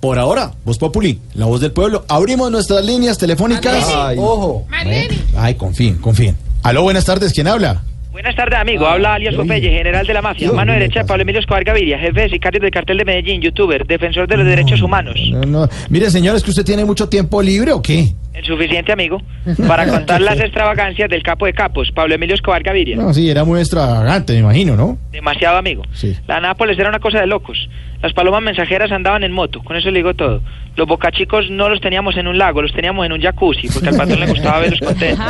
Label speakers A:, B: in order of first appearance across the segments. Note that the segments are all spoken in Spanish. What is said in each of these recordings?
A: Por ahora, Voz Populi, la voz del pueblo. Abrimos nuestras líneas telefónicas.
B: Marlene.
A: Ay,
C: Oh,
A: ojo.
B: Marlene.
A: Ay, confíen, confíen. Aló, buenas tardes, ¿quién habla?
C: Buenas tardes, amigo.
A: Ah,
C: Habla alias Popeye, general de la mafia,
A: Dios
C: mano
A: mío,
C: derecha
A: pasa.
C: de Pablo Emilio Escobar Gaviria, jefe de sicarios del cartel de Medellín, youtuber, defensor de los derechos humanos.
A: No, no. Mire, señor, ¿es que usted tiene mucho tiempo libre o qué?
C: El suficiente, amigo, para contar las extravagancias del capo de capos, Pablo Emilio Escobar Gaviria.
A: No, sí, era muy extravagante, me imagino, ¿no?
C: Demasiado, amigo.
A: Sí.
C: La Nápoles era una cosa de locos. Las palomas mensajeras andaban en moto, con eso le digo todo. Los bocachicos no los teníamos en un lago, los teníamos en un jacuzzi, porque al patrón le gustaba verlos contentos.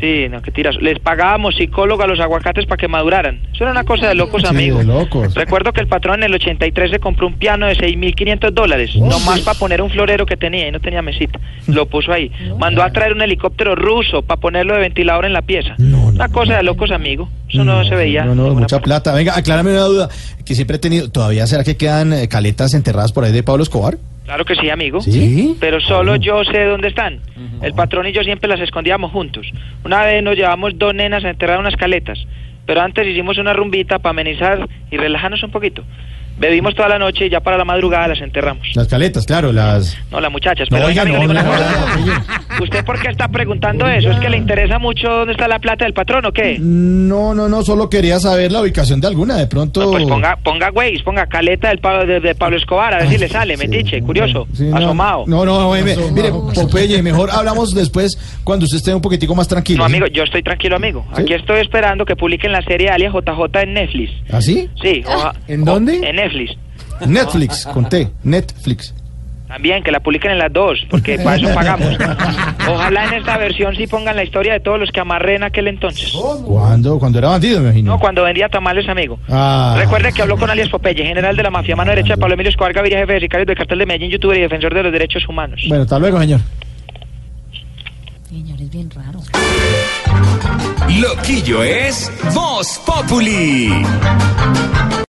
C: Sí, no, qué tiras. Les pagábamos psicólogo a los aguacates para que maduraran. Eso era una cosa de locos,
A: Sí,
C: amigo.
A: de locos.
C: Recuerdo que el patrón en el 83 se compró un piano de 6.500 dólares, nomás para poner un florero que tenía y no tenía mesita. Lo puso ahí. Mandó a traer un helicóptero ruso para ponerlo de ventilador en la pieza.
A: No, no,
C: una cosa de locos, amigo. Eso no, se veía.
A: No,
C: en
A: no,
C: ninguna
A: mucha
C: parte.
A: plata. Venga, aclárame una duda que siempre he tenido. ¿Todavía será que quedan eh, caletas enterradas por ahí de Pablo Escobar?
C: Claro que sí, amigo.
A: ¿Sí?
C: Pero solo yo sé dónde están. El patrón y yo siempre las escondíamos juntos. Una vez nos llevamos dos nenas a enterrar unas caletas, pero antes hicimos una rumbita para amenizar y relajarnos un poquito. Bebimos toda la noche y ya para la madrugada las enterramos.
A: Las caletas, claro, las.
C: No, las muchachas,
A: No,
C: pero
A: oiga,
C: amigo,
A: no,
C: le digo
A: no,
C: una
A: no,
C: cosa.
A: oye.
C: ¿Usted por qué está preguntando eso? ¿Es que le interesa mucho dónde está la plata del patrón o qué?
A: No, no, no, solo quería saber la ubicación de alguna, de pronto.
C: No, pues ponga, ponga Waze, ponga caleta del Pablo, de, de Pablo Escobar, a ver si le sale,
A: Ah, Sí,
C: metiche,
A: no,
C: curioso,
A: sí, no.
C: asomado.
A: No, no, oye, me- mire, Popeye, mejor hablamos después cuando usted esté un poquitico más tranquilo.
C: No,
A: ¿sí?
C: amigo, yo estoy tranquilo, amigo.
A: ¿Sí?
C: Aquí estoy esperando que publiquen la serie Alias JJ en Netflix.
A: ¿Ah, sí?
C: Sí, oja-
A: ¿En
C: o-
A: dónde?
C: En Netflix.
A: Netflix, conté, Netflix.
C: También, que la publiquen en las dos, porque para eso pagamos. Ojalá en esta versión sí pongan la historia de todos los que amarré en aquel entonces.
A: ¿Cuándo? Cuando era bandido, me imagino.
C: No, cuando vendía tamales, amigo.
A: Oh. Ah.
C: Recuerde que habló con alias Popeye, general de la mafia, mano derecha de Pablo Emilio Escobar Gaviria, jefe de sicarios del cartel de Medellín, youtuber y defensor de los derechos humanos.
A: Bueno, hasta luego, señor.
B: Señor, es bien raro.
D: Loquillo es Voz Populi.